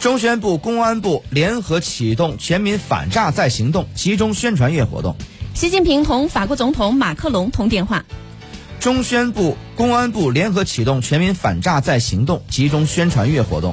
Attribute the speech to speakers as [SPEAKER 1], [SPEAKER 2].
[SPEAKER 1] 中宣部、公安部联合启动全民反诈再行动集中宣传月活动。
[SPEAKER 2] 习近平同法国总统马克龙通电话。
[SPEAKER 1] 中宣部、公安部联合启动全民反诈再行动集中宣传月活动。